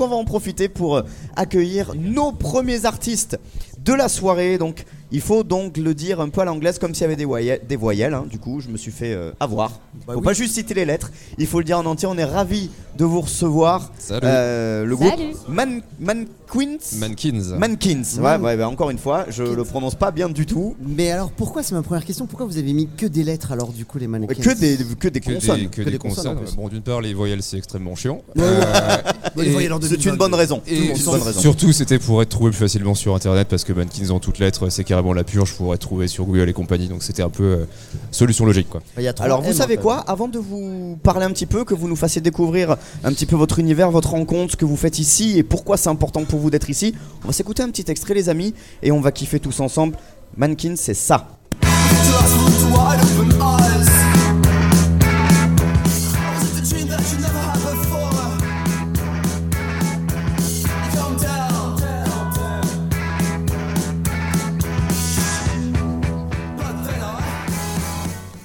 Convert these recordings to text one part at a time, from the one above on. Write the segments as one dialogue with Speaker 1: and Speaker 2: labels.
Speaker 1: qu'on va en profiter pour euh, accueillir nos premiers artistes de la soirée. Donc, il faut donc le dire un peu à l'anglaise, comme s'il y avait des voyelles. Des voyelles hein. Du coup, je me suis fait euh, avoir.
Speaker 2: Bah
Speaker 1: faut
Speaker 2: oui.
Speaker 1: pas juste citer les lettres. Il faut le dire en entier. On est ravis de vous recevoir.
Speaker 3: Salut.
Speaker 1: Euh, le
Speaker 4: Salut.
Speaker 1: groupe Man, Manquins.
Speaker 3: Mankins.
Speaker 1: Mankins.
Speaker 2: Mm.
Speaker 1: Ouais, ouais, bah, encore une fois, je le prononce pas bien du tout.
Speaker 2: Mais alors pourquoi, c'est ma première question, pourquoi vous avez mis que des lettres alors du coup les mannequins
Speaker 1: Que des, que des
Speaker 3: que
Speaker 1: consonnes.
Speaker 3: des, que
Speaker 2: que
Speaker 3: des
Speaker 2: des consonnes,
Speaker 3: consonnes.
Speaker 2: en plus.
Speaker 3: Bon, d'une part, les voyelles, c'est extrêmement chiant.
Speaker 2: Ouais, ouais.
Speaker 3: Euh,
Speaker 2: Bon, les voyelles en
Speaker 1: C'est une
Speaker 2: 2022.
Speaker 1: bonne raison. Tout le
Speaker 3: Et
Speaker 1: monde, c'est une bonne raison.
Speaker 3: surtout, c'était pour être trouvé plus facilement sur internet parce que Mankins en toutes lettres, c'est carrément la purge pour être trouvé sur Google et compagnie. Donc, c'était un peu euh, solution logique quoi.
Speaker 2: Il y a trois
Speaker 1: Alors vous
Speaker 2: M,
Speaker 1: savez
Speaker 2: en fait.
Speaker 1: quoi Avant de vous parler un petit peu, que vous nous fassiez découvrir un petit peu votre univers, votre rencontre, ce que vous faites ici et pourquoi c'est important pour vous d'être ici, on va s'écouter un petit extrait les amis et on va kiffer tous ensemble. Mannequin c'est ça.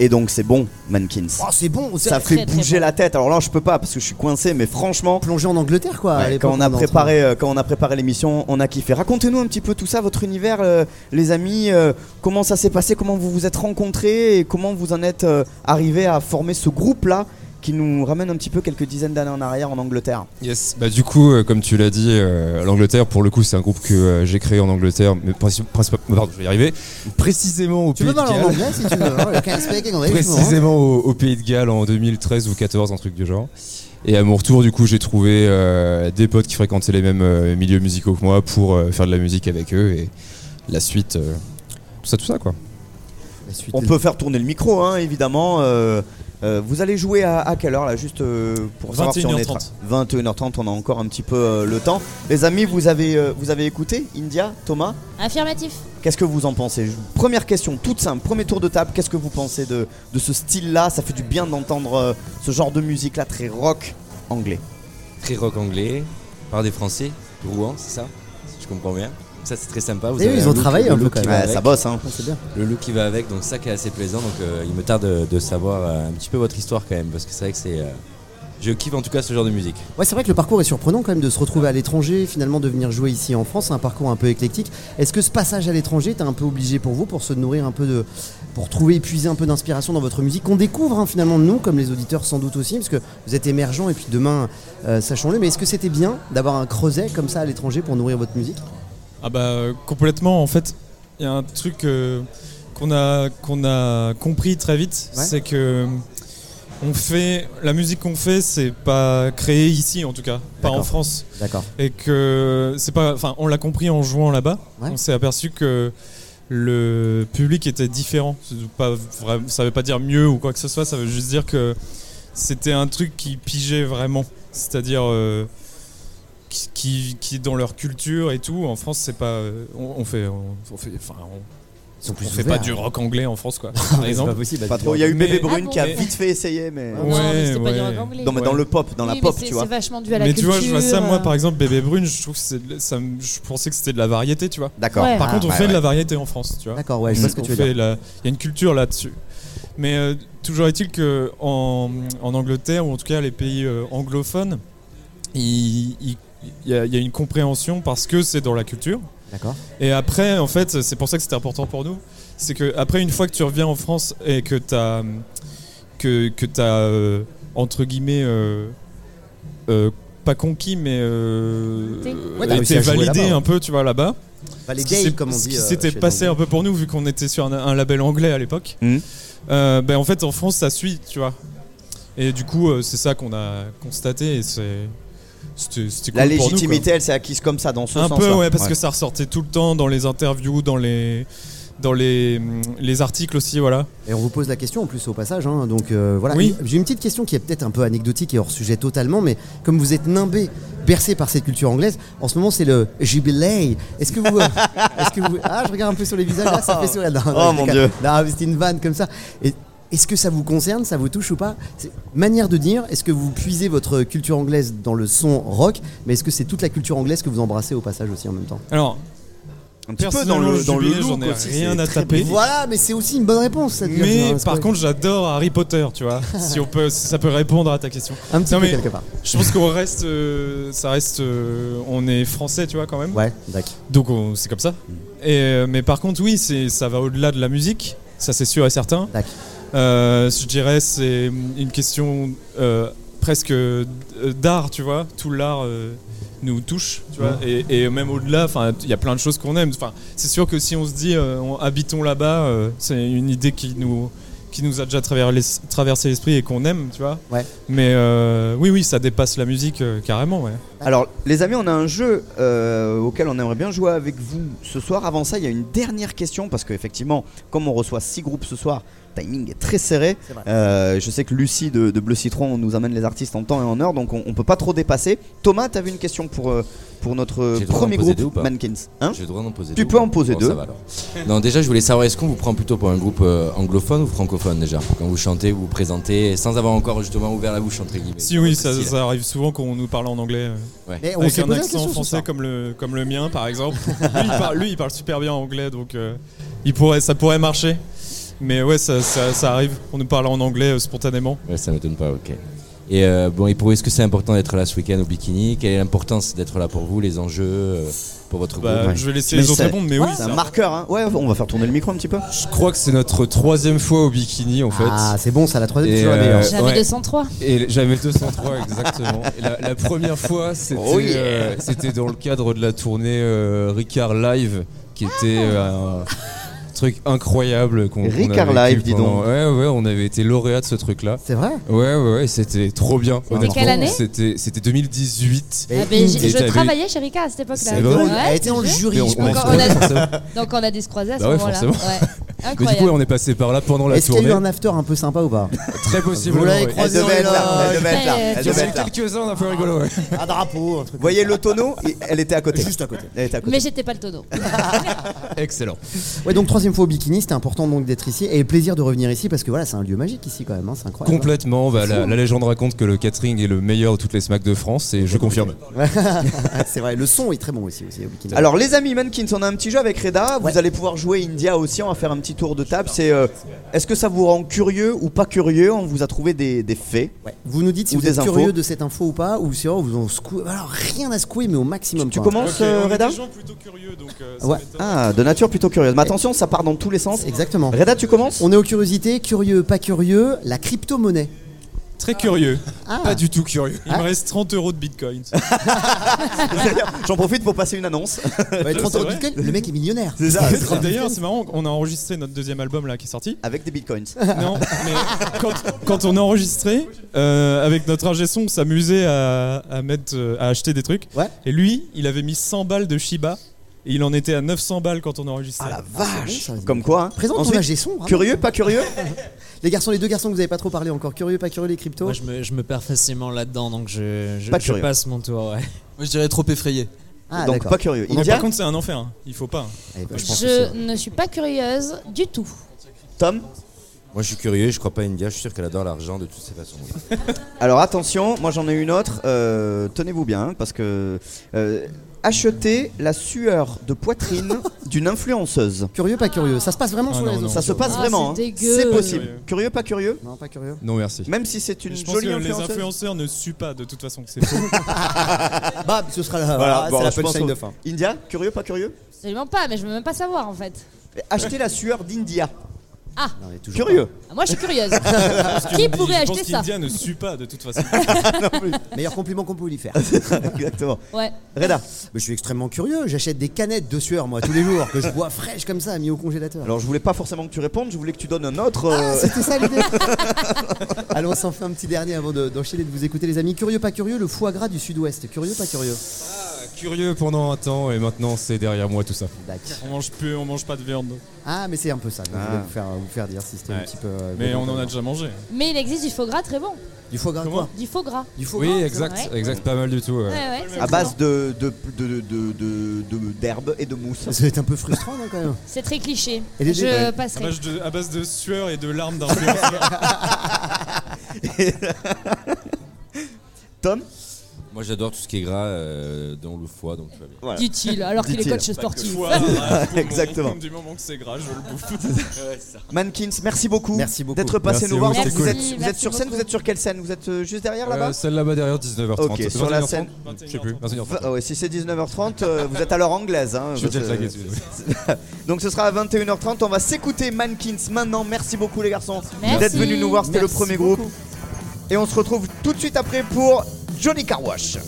Speaker 1: Et donc c'est bon, Mannequins.
Speaker 2: Oh, c'est bon,
Speaker 1: Ça
Speaker 2: ça
Speaker 1: fait
Speaker 4: très, très
Speaker 1: bouger
Speaker 4: bon.
Speaker 1: la tête. Alors là je peux pas parce que je suis coincé mais franchement...
Speaker 2: plongé en Angleterre quoi. à
Speaker 1: ouais,
Speaker 2: l'époque
Speaker 1: quand, on
Speaker 2: où
Speaker 1: a
Speaker 2: est entré.
Speaker 1: préparé, euh, quand on a préparé l'émission, on a kiffé. Racontez-nous un petit peu tout ça, votre univers, euh, les amis. euh, comment ça s'est passé Comment vous vous êtes rencontrés Et comment vous en êtes arrivé à former ce groupe-là qui nous ramène un petit peu quelques dizaines d'années en arrière en Angleterre
Speaker 3: Yes, bah du coup, euh, comme tu l'as dit, euh, l'Angleterre, pour le coup, c'est un groupe que euh, j'ai créé en Angleterre, mais princi- principa- pardon, je vais y arriver, précisément au
Speaker 2: Tu
Speaker 3: Pays
Speaker 2: veux
Speaker 3: de
Speaker 2: parler en
Speaker 3: Galles.
Speaker 2: anglais si tu veux. hein, you can speak English, hein.
Speaker 3: précisément au, au Pays de Galles en 2013 ou 14, un truc du genre. Et à mon retour, du coup, j'ai trouvé euh, des potes qui fréquentaient les mêmes euh, milieux musicaux que moi pour euh, faire de la musique avec eux et la suite, euh, tout ça, tout ça quoi.
Speaker 2: La suite
Speaker 1: On
Speaker 2: de-
Speaker 1: peut faire tourner le micro, hein, évidemment. euh, euh, vous allez jouer à, à quelle heure là Juste euh, pour savoir si on est
Speaker 5: 21h30.
Speaker 1: 21h30, on a encore un petit peu euh, le temps. Les amis, vous avez, euh, vous avez écouté India, Thomas
Speaker 4: Affirmatif.
Speaker 1: Qu'est-ce que vous en pensez Je- Première question, toute simple, premier tour de table, qu'est-ce que vous pensez de, de ce style-là Ça fait du bien d'entendre euh, ce genre de musique-là, très rock anglais.
Speaker 6: Très rock anglais, par des Français, de Rouen, c'est ça Je comprends bien. Ça, c'est très sympa. Vous
Speaker 2: Et
Speaker 6: avez
Speaker 2: Eh ils
Speaker 6: un
Speaker 2: ont
Speaker 6: look,
Speaker 2: travaillé
Speaker 6: le
Speaker 2: un peu
Speaker 6: look
Speaker 2: quand
Speaker 6: qui
Speaker 2: même.
Speaker 1: Ouais,
Speaker 6: va
Speaker 1: ça
Speaker 6: avec,
Speaker 1: bosse, hein
Speaker 2: Ah, c'est bien.
Speaker 6: Le look qui va avec, donc ça qui est assez plaisant. Donc euh, il me tarde de, de savoir euh, un petit peu votre histoire quand même, parce que c'est vrai que c'est. euh, je kiffe en tout cas ce genre de musique.
Speaker 2: Ouais, c'est vrai que le parcours est surprenant quand même de se retrouver à l'étranger, finalement de venir jouer ici en France, c'est un parcours un peu éclectique. Est-ce que ce passage à l'étranger était un peu obligé pour vous pour se nourrir un peu de pour trouver épuiser un peu d'inspiration dans votre musique qu'on découvre hein, finalement nous comme les auditeurs sans doute aussi parce que vous êtes émergents et puis demain euh, sachons-le mais est-ce que c'était bien d'avoir un creuset comme ça à l'étranger pour nourrir votre musique
Speaker 5: Ah bah euh, complètement en fait, il y a un truc euh, qu'on a qu'on a compris très vite,
Speaker 2: Ouais.
Speaker 5: c'est que on fait la musique qu'on fait, c'est pas créé ici en tout cas, pas en
Speaker 2: D'accord.
Speaker 5: France
Speaker 2: D'accord.
Speaker 5: et que c'est pas enfin on l'a compris en jouant là-bas,
Speaker 2: Ouais.
Speaker 5: on s'est aperçu que le public était différent, C'est pas vrai- ça veut pas dire mieux ou quoi que ce soit, ça veut juste dire que c'était un truc qui pigeait vraiment, c'est-à-dire euh, qui- qui, qui est dans leur culture et tout. En France, c'est pas. euh, On, on fait. On, on fait, enfin, on-
Speaker 2: Ils sont plus
Speaker 5: on fait
Speaker 2: ouverts.
Speaker 5: pas du rock anglais en France, quoi. par exemple.
Speaker 2: possible.
Speaker 6: bah,
Speaker 1: Pas trop, il y a eu
Speaker 5: Mais-
Speaker 1: Bébé Brune
Speaker 4: Ah bon
Speaker 1: qui a
Speaker 5: Mais-
Speaker 1: vite fait essayer, mais.
Speaker 5: Ouais,
Speaker 4: non, mais c'était pas du
Speaker 5: ouais.
Speaker 4: rock anglais.
Speaker 1: Non, mais dans le pop, dans la
Speaker 4: Oui,
Speaker 1: pop,
Speaker 4: mais c'est-
Speaker 1: tu vois.
Speaker 4: C'est vachement dû à la
Speaker 5: mais tu
Speaker 4: culture.
Speaker 5: vois, je vois ça, moi, par
Speaker 4: euh,
Speaker 5: exemple, Bébé Brune, je trouve que c'est de- ça, me- je pensais que c'était de la variété, tu vois.
Speaker 1: D'accord.
Speaker 4: bah Ouais.
Speaker 5: Par
Speaker 2: Ah,
Speaker 5: contre, on
Speaker 1: ouais,
Speaker 5: fait
Speaker 1: ouais.
Speaker 5: de la variété en France, tu vois.
Speaker 2: D'accord, ouais, je sais ce que
Speaker 5: On
Speaker 2: tu veux
Speaker 5: fait
Speaker 2: dire.
Speaker 5: la- Il y a une culture là-dessus. Mais euh, toujours est-il que en, en Angleterre, ou en tout cas les pays euh, anglophones, il il- il y, a- il y a une compréhension parce que c'est dans la culture.
Speaker 2: D'accord.
Speaker 5: Et après, en fait, c'est pour ça que c'était important pour nous. C'est que après, une fois que tu reviens en France et que t'as que que t'as euh, entre guillemets euh, euh, pas conquis, mais euh,
Speaker 4: T'es-
Speaker 2: Ouais, t'as réussi
Speaker 5: été
Speaker 2: à jouer
Speaker 5: validé
Speaker 2: là-bas,
Speaker 5: un peu, tu vois, là-bas.
Speaker 2: Bah, les
Speaker 5: Ce qui
Speaker 2: gays,
Speaker 5: s'est-
Speaker 2: comme on dit.
Speaker 5: ce qui
Speaker 2: euh,
Speaker 5: s'était
Speaker 2: chez les
Speaker 5: passé
Speaker 2: Anglais.
Speaker 5: un peu pour nous, vu qu'on était sur un, un label anglais à l'époque.
Speaker 1: Mhm.
Speaker 5: Euh, ben, en fait, en France, ça suit, tu vois. Et du coup, euh, c'est ça qu'on a constaté et c'est. C'était c'était cool
Speaker 1: La
Speaker 5: pour nous, quoi.
Speaker 1: légitimité, elle s'est acquise comme ça, dans ce
Speaker 5: Un
Speaker 1: sens.
Speaker 5: peu, ouais, parce que ça ressortait tout le temps dans les interviews, dans les. Dans les, hum, les articles aussi, voilà.
Speaker 2: Et on vous pose la question en plus au passage, hein, donc euh, voilà.
Speaker 5: Oui.
Speaker 2: J'ai une petite question qui est peut-être un peu anecdotique et hors sujet totalement, mais comme vous êtes nimbé, bercé par cette culture anglaise, en ce moment c'est le jubilé. Est-ce que vous, euh, est-ce que vous, ah je regarde un peu sur les visages, là, ça fait sourire. Non, non,
Speaker 1: Oh, mon
Speaker 2: je déconne.
Speaker 1: Dieu.
Speaker 2: Non, mais c'est une vanne comme ça. Et est-ce que ça vous concerne, ça vous touche ou pas C'est- Manière de dire, est-ce que vous puisez votre culture anglaise dans le son rock, mais est-ce que c'est toute la culture anglaise que vous embrassez au passage aussi en même temps
Speaker 5: Alors,
Speaker 1: Un petit peu dans
Speaker 5: Personnellement,
Speaker 1: le, dans le
Speaker 5: jubilé,
Speaker 1: look
Speaker 5: j'en ai
Speaker 1: aussi,
Speaker 5: rien
Speaker 1: c'est
Speaker 5: à
Speaker 1: très
Speaker 5: taper.
Speaker 1: bien.
Speaker 2: Voilà, mais c'est aussi une bonne réponse. cette
Speaker 5: Mais
Speaker 2: version, hein,
Speaker 5: par
Speaker 2: c'est
Speaker 5: contre, j'adore Harry Potter, tu vois. si on peut, si ça peut répondre à ta question.
Speaker 2: pas- un petit
Speaker 5: non,
Speaker 2: peu
Speaker 5: mais-
Speaker 2: quelque part.
Speaker 5: Je pense qu'on reste, euh, ça reste, euh, on est français, tu vois quand même.
Speaker 2: Ouais, d'accord.
Speaker 5: Donc on- c'est comme ça.
Speaker 2: Mm.
Speaker 5: Et, euh, mais par contre, oui, c'est, ça va au-delà de la musique, ça c'est sûr et certain.
Speaker 2: D'accord.
Speaker 5: Euh, je dirais c'est une question euh, presque euh, d'art, tu vois. Tout l'art euh, nous touche, tu vois. Et, et même au-delà, enfin, il y a plein de choses qu'on aime. Enfin, c'est sûr que si on se dit euh, on- habitons là-bas, euh, c'est une idée qui nous qui nous a déjà travers- les- traversé l'esprit et qu'on aime, tu vois.
Speaker 2: Ouais.
Speaker 5: Mais euh, oui, oui, ça dépasse la musique euh, carrément, ouais.
Speaker 1: Alors, les amis, on a un jeu euh, auquel on aimerait bien jouer avec vous ce soir. Avant ça, il y a une dernière question parce qu'effectivement, comme on reçoit 6 groupes ce soir, le timing est très serré.
Speaker 2: C'est vrai.
Speaker 1: Euh, je sais que Lucie de, de Bleu Citron nous amène les artistes en temps et en heure, donc on, on peut pas trop dépasser. Thomas, t'avais une question pour, euh, pour notre
Speaker 6: J'ai le droit
Speaker 1: premier
Speaker 6: d'en poser
Speaker 1: groupe,
Speaker 6: deux ou pas
Speaker 1: Mankins. Hein
Speaker 6: J'ai le droit d'en poser
Speaker 1: Tu
Speaker 6: deux.
Speaker 1: peux en poser
Speaker 6: Bon,
Speaker 1: deux.
Speaker 6: ça va alors. Non, déjà, je voulais savoir, est-ce qu'on vous prend plutôt pour un groupe euh, anglophone ou francophone déjà Quand vous chantez, vous vous présentez, sans avoir encore justement ouvert la bouche, entre guillemets.
Speaker 5: Si oui, ça,
Speaker 6: Style.
Speaker 5: ça arrive souvent qu'on nous parle en anglais. euh.
Speaker 2: Mais on
Speaker 5: Avec
Speaker 2: s'est
Speaker 5: un
Speaker 2: posé la
Speaker 5: accent
Speaker 2: question. ce
Speaker 5: français
Speaker 2: soir.
Speaker 5: comme le, comme le mien, par exemple. lui, il parle, lui, il parle super bien anglais, donc euh, il pourrait, ça pourrait marcher. Mais ouais, ça, ça- ça arrive. On nous parle en anglais euh, spontanément.
Speaker 6: Ouais, ça m'étonne pas, ok. Et euh, bon, et pour est-ce que c'est important d'être là ce week-end au bikini Quelle est l'importance d'être là pour vous, les enjeux euh, pour votre
Speaker 5: Bah,
Speaker 6: groupe
Speaker 5: Je vais laisser
Speaker 1: Mais
Speaker 5: les autres
Speaker 1: c'est-
Speaker 5: répondre, mais oui.
Speaker 1: C'est un
Speaker 5: ça-
Speaker 1: marqueur, hein Ouais, on va faire tourner le micro un petit peu.
Speaker 3: Je crois que c'est notre troisième fois au bikini en fait.
Speaker 2: Ah, c'est bon, ça la troisième, c'est
Speaker 3: Et,
Speaker 2: toujours la
Speaker 3: euh,
Speaker 2: meilleure.
Speaker 4: J'avais
Speaker 3: ouais.
Speaker 4: 203.
Speaker 3: Et j'avais le 203 exactement. Et la, la première fois, c'était
Speaker 1: Oh yeah.
Speaker 3: euh, c'était dans le cadre de la tournée euh, Ricard Live, qui était euh, un truc incroyable qu'on qu'on
Speaker 1: Ricard
Speaker 3: a vécu
Speaker 1: Live, dis
Speaker 3: pendant-
Speaker 1: donc.
Speaker 3: Ouais ouais, on avait été lauréat de ce truc-là.
Speaker 2: C'est vrai
Speaker 3: Ouais ouais, ouais, c'était trop bien.
Speaker 2: quelle
Speaker 3: honnêtement.
Speaker 4: année
Speaker 3: C'était c'était 2018.
Speaker 4: Ah,
Speaker 2: Mais
Speaker 4: ben, j'ai-
Speaker 3: Et
Speaker 4: je
Speaker 3: t'avais-
Speaker 4: travaillais chez Rika à cette époque-là.
Speaker 3: C'est
Speaker 2: Elle
Speaker 3: vrai
Speaker 4: Ouais,
Speaker 2: elle était dans le
Speaker 4: je te jure.
Speaker 2: jury,
Speaker 3: Mais on-
Speaker 2: je pense.
Speaker 3: on
Speaker 4: Encore,
Speaker 3: se
Speaker 4: on a-
Speaker 3: forcément.
Speaker 4: Donc on a des se croiser à ce
Speaker 3: Bah ouais,
Speaker 4: moment-là.
Speaker 3: forcément.
Speaker 4: Ouais.
Speaker 3: Mais du coup, ouais,
Speaker 4: Incroyable.
Speaker 3: on est passé par là pendant la
Speaker 2: Est-ce qu'il y a
Speaker 3: tournée.
Speaker 2: eu un after un peu sympa ou pas
Speaker 3: Très possible.
Speaker 2: Vous l'avez
Speaker 3: ouais.
Speaker 1: Elle
Speaker 2: Croisez
Speaker 1: devait
Speaker 2: en
Speaker 1: être là, elle devait être là,
Speaker 4: live.
Speaker 1: elle
Speaker 3: Il y en
Speaker 1: devait
Speaker 3: a
Speaker 1: être
Speaker 3: eu
Speaker 1: là.
Speaker 3: quelques-uns d'un peu rigolo. Ouais.
Speaker 2: Un drapeau, un truc.
Speaker 1: Vous voyez le tonneau Et Elle était à côté.
Speaker 2: Juste à côté.
Speaker 1: Elle était à côté.
Speaker 4: Mais j'étais pas le tonneau.
Speaker 3: Excellent.
Speaker 2: Ouais, donc troisième fois au bikini, c'était important donc d'être ici et plaisir de revenir ici parce que voilà, c'est un lieu magique ici quand même, hein, c'est incroyable.
Speaker 3: Complètement. Bah, la, la légende raconte que le catering est le meilleur de toutes les smacks de France et je confirme.
Speaker 2: c'est vrai, le son est très bon aussi, aussi au bikini.
Speaker 1: Alors les amis Mankins, on a un petit jeu avec Reda. Vous
Speaker 2: Ouais.
Speaker 1: allez pouvoir jouer India aussi. On va faire un petit tour de table. C'est euh, est-ce que ça vous rend curieux ou pas curieux On vous a trouvé des, des faits.
Speaker 2: Ouais. Vous nous dites si
Speaker 1: Ou
Speaker 2: vous
Speaker 1: des
Speaker 2: êtes
Speaker 1: infos.
Speaker 2: curieux de cette info ou pas, ou si oh, vous en secouez. Alors rien à secouer, mais au maximum.
Speaker 1: Tu
Speaker 2: quoi.
Speaker 1: commences
Speaker 5: Ok,
Speaker 1: euh,
Speaker 5: on est
Speaker 1: Reda
Speaker 5: des gens plutôt curieux, donc euh, ça
Speaker 2: Ouais.
Speaker 5: m'étonne.
Speaker 1: Ah, de nature plutôt curieuse. Mais attention, ça part dans tous les sens.
Speaker 2: Exactement.
Speaker 1: Reda, tu commences
Speaker 2: On est aux curiosités, curieux, pas curieux, la crypto-monnaie.
Speaker 5: Très curieux.
Speaker 2: Ah,
Speaker 3: Pas du tout curieux.
Speaker 5: Il me reste 30 euros de bitcoin.
Speaker 1: J'en profite pour passer une annonce.
Speaker 2: ouais, 30 euros de
Speaker 5: vrai.
Speaker 2: bitcoin, le mec est millionnaire.
Speaker 1: C'est ça.
Speaker 5: D'ailleurs, c'est marrant, on a enregistré notre deuxième album là qui est sorti.
Speaker 1: Avec des bitcoins.
Speaker 2: Ah,
Speaker 5: Non, mais quand, quand on a enregistré, euh, avec notre ingé son, on s'amusait à, à mettre, euh, à acheter des trucs.
Speaker 2: Ouais.
Speaker 5: Et lui, il avait mis 100 balles de Shiba. Et il en était à 900 balles quand on enregistrait.
Speaker 1: Ah la
Speaker 2: bon,
Speaker 1: vache
Speaker 2: ça, dis
Speaker 1: Comme
Speaker 2: donc.
Speaker 1: quoi hein.
Speaker 2: Présente
Speaker 1: Ensuite,
Speaker 2: ton AG son. bravo.
Speaker 1: Curieux, pas curieux
Speaker 2: Les garçons, les deux garçons que vous avez pas trop parlé encore, curieux, pas curieux, les cryptos.
Speaker 7: Moi, je me, je me perds facilement là-dedans, donc je, je,
Speaker 1: Pas
Speaker 7: je
Speaker 1: curieux.
Speaker 7: passe mon tour. Ouais.
Speaker 8: Moi, je dirais trop effrayé.
Speaker 2: Ah,
Speaker 1: Donc
Speaker 2: d'accord.
Speaker 1: pas curieux.
Speaker 5: Mais
Speaker 1: India,
Speaker 5: par contre, c'est un enfer. hein. Il faut pas.
Speaker 2: Eh ben, je pense que
Speaker 4: Je
Speaker 2: c'est-
Speaker 4: ne suis pas curieuse du tout.
Speaker 1: Tom.
Speaker 6: Moi, je suis curieux, je crois pas à India, je suis sûr qu'elle adore l'argent de toutes ces façons.
Speaker 1: Alors attention, moi j'en ai une autre. euh, Tenez-vous bien hein, parce que euh, acheter la sueur de poitrine d'une influenceuse.
Speaker 2: Curieux, pas curieux. Ça se passe vraiment
Speaker 5: Ah
Speaker 2: sur les
Speaker 5: non,
Speaker 2: réseaux
Speaker 5: non.
Speaker 1: Ça se
Speaker 2: sociaux.
Speaker 1: passe
Speaker 4: Ah,
Speaker 1: vraiment.
Speaker 4: c'est
Speaker 1: hein.
Speaker 4: dégueu.
Speaker 1: C'est possible.
Speaker 5: Curieux.
Speaker 1: Curieux, pas curieux
Speaker 2: Non, pas curieux.
Speaker 3: Non merci.
Speaker 1: Même si c'est une
Speaker 5: je pense que
Speaker 1: jolie
Speaker 5: les
Speaker 1: influenceuse.
Speaker 5: influenceurs ne suent pas de toute façon. que C'est faux.
Speaker 2: Bah, ce sera la,
Speaker 1: Ah, Voilà,
Speaker 2: c'est
Speaker 1: bon,
Speaker 2: la
Speaker 1: Ah, je pense
Speaker 2: punchline
Speaker 1: au-
Speaker 2: de fin.
Speaker 1: India, curieux, pas curieux
Speaker 4: Absolument pas, mais je veux même pas savoir en fait.
Speaker 1: Acheter la sueur d'India.
Speaker 2: Non, mais toujours
Speaker 1: Curieux.
Speaker 4: Ah, Moi je suis curieuse.
Speaker 5: Parce que
Speaker 4: Qui
Speaker 5: India-
Speaker 4: pourrait
Speaker 5: je pense
Speaker 4: acheter ça
Speaker 5: qu'India ne suit pas de toute façon.
Speaker 2: pas. Meilleur compliment qu'on peut lui faire.
Speaker 1: Exactement.
Speaker 4: Ouais.
Speaker 1: Reda.
Speaker 2: Mais je suis extrêmement curieux. J'achète des canettes de sueur, moi, tous les jours, que je bois fraîche comme ça, mis au congélateur.
Speaker 1: Alors je voulais pas forcément que tu répondes, je voulais que tu donnes un autre.
Speaker 2: Ah,
Speaker 1: euh,
Speaker 2: c'était ça l'idée. Allez, on s'en fait un petit dernier avant de- d'enchaîner, de, vous écouter, les amis. Curieux, pas curieux, le foie gras du sud-ouest. Curieux, pas curieux.
Speaker 3: Curieux pendant un temps et maintenant c'est derrière moi tout ça.
Speaker 2: D'accord.
Speaker 5: on mange peu, on mange pas de viande.
Speaker 2: Ah, mais c'est un peu ça. que Je voulais vous faire, vous faire dire si c'était un
Speaker 5: Ouais.
Speaker 2: petit peu.
Speaker 1: Ah,
Speaker 2: euh,
Speaker 5: Mais on en a
Speaker 2: volontaire.
Speaker 5: déjà mangé.
Speaker 4: Mais il existe du faux gras très bon.
Speaker 2: Du foie gras
Speaker 5: Comment
Speaker 2: quoi
Speaker 4: Du faux gras.
Speaker 2: Du foie
Speaker 3: Oui
Speaker 2: gras
Speaker 3: exact,
Speaker 4: c'est
Speaker 3: exact, pas mal du tout. ouais.
Speaker 4: Ouais, ouais, c'est
Speaker 1: à
Speaker 4: très
Speaker 1: base
Speaker 4: bon.
Speaker 1: de de de- de- de- de- d'herbe et de mousse.
Speaker 2: Ça va être un peu frustrant, non, quand même.
Speaker 4: C'est très cliché.
Speaker 2: Et les-
Speaker 4: Je
Speaker 2: ouais.
Speaker 5: À
Speaker 4: passerai.
Speaker 5: base de, à base de sueur et de larmes d'influenceurs.
Speaker 1: Tom,
Speaker 6: Moi j'adore tout ce qui est gras, euh, dont le foie, donc tout va bien.
Speaker 1: Voilà.
Speaker 4: Dit-il, alors qu'il est
Speaker 1: Dit-il.
Speaker 4: coach sportif.
Speaker 1: Exactement.
Speaker 5: Du moment que c'est gras, je le bouffe.
Speaker 1: Mankins, merci beaucoup,
Speaker 2: Merci beaucoup.
Speaker 1: d'être passé
Speaker 5: Merci
Speaker 1: nous voir.
Speaker 5: beaucoup,
Speaker 1: Donc,
Speaker 5: c'était
Speaker 1: vous,
Speaker 5: cool.
Speaker 1: êtes,
Speaker 4: Merci,
Speaker 1: vous êtes sur
Speaker 4: merci
Speaker 1: scène,
Speaker 4: beaucoup.
Speaker 1: vous êtes sur quelle scène Vous êtes euh, juste derrière là-bas
Speaker 3: Euh, Celle là-bas derrière, 19h30.
Speaker 1: Ok, sur la
Speaker 3: 21h30.
Speaker 1: scène.
Speaker 3: Je sais plus, 21h30.
Speaker 1: Va- Ah ouais, si c'est 19h30, euh, vous êtes à l'heure anglaise. hein,
Speaker 3: Je suis
Speaker 1: parce
Speaker 3: jet
Speaker 1: que-
Speaker 3: lagué, désolé.
Speaker 1: Donc ce sera à 21h30. On va s'écouter Mankins maintenant. Merci beaucoup les garçons
Speaker 4: Merci.
Speaker 1: d'être venus nous voir. C'était le
Speaker 2: Merci
Speaker 1: premier groupe. Et on se retrouve tout de suite après pour Johnny Carwash.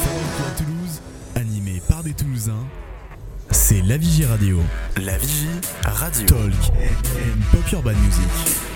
Speaker 8: Famille à Toulouse, animé par des Toulousains, c'est la Vigie Radio. La Vigie Radio. Talk and Pop Urban Music.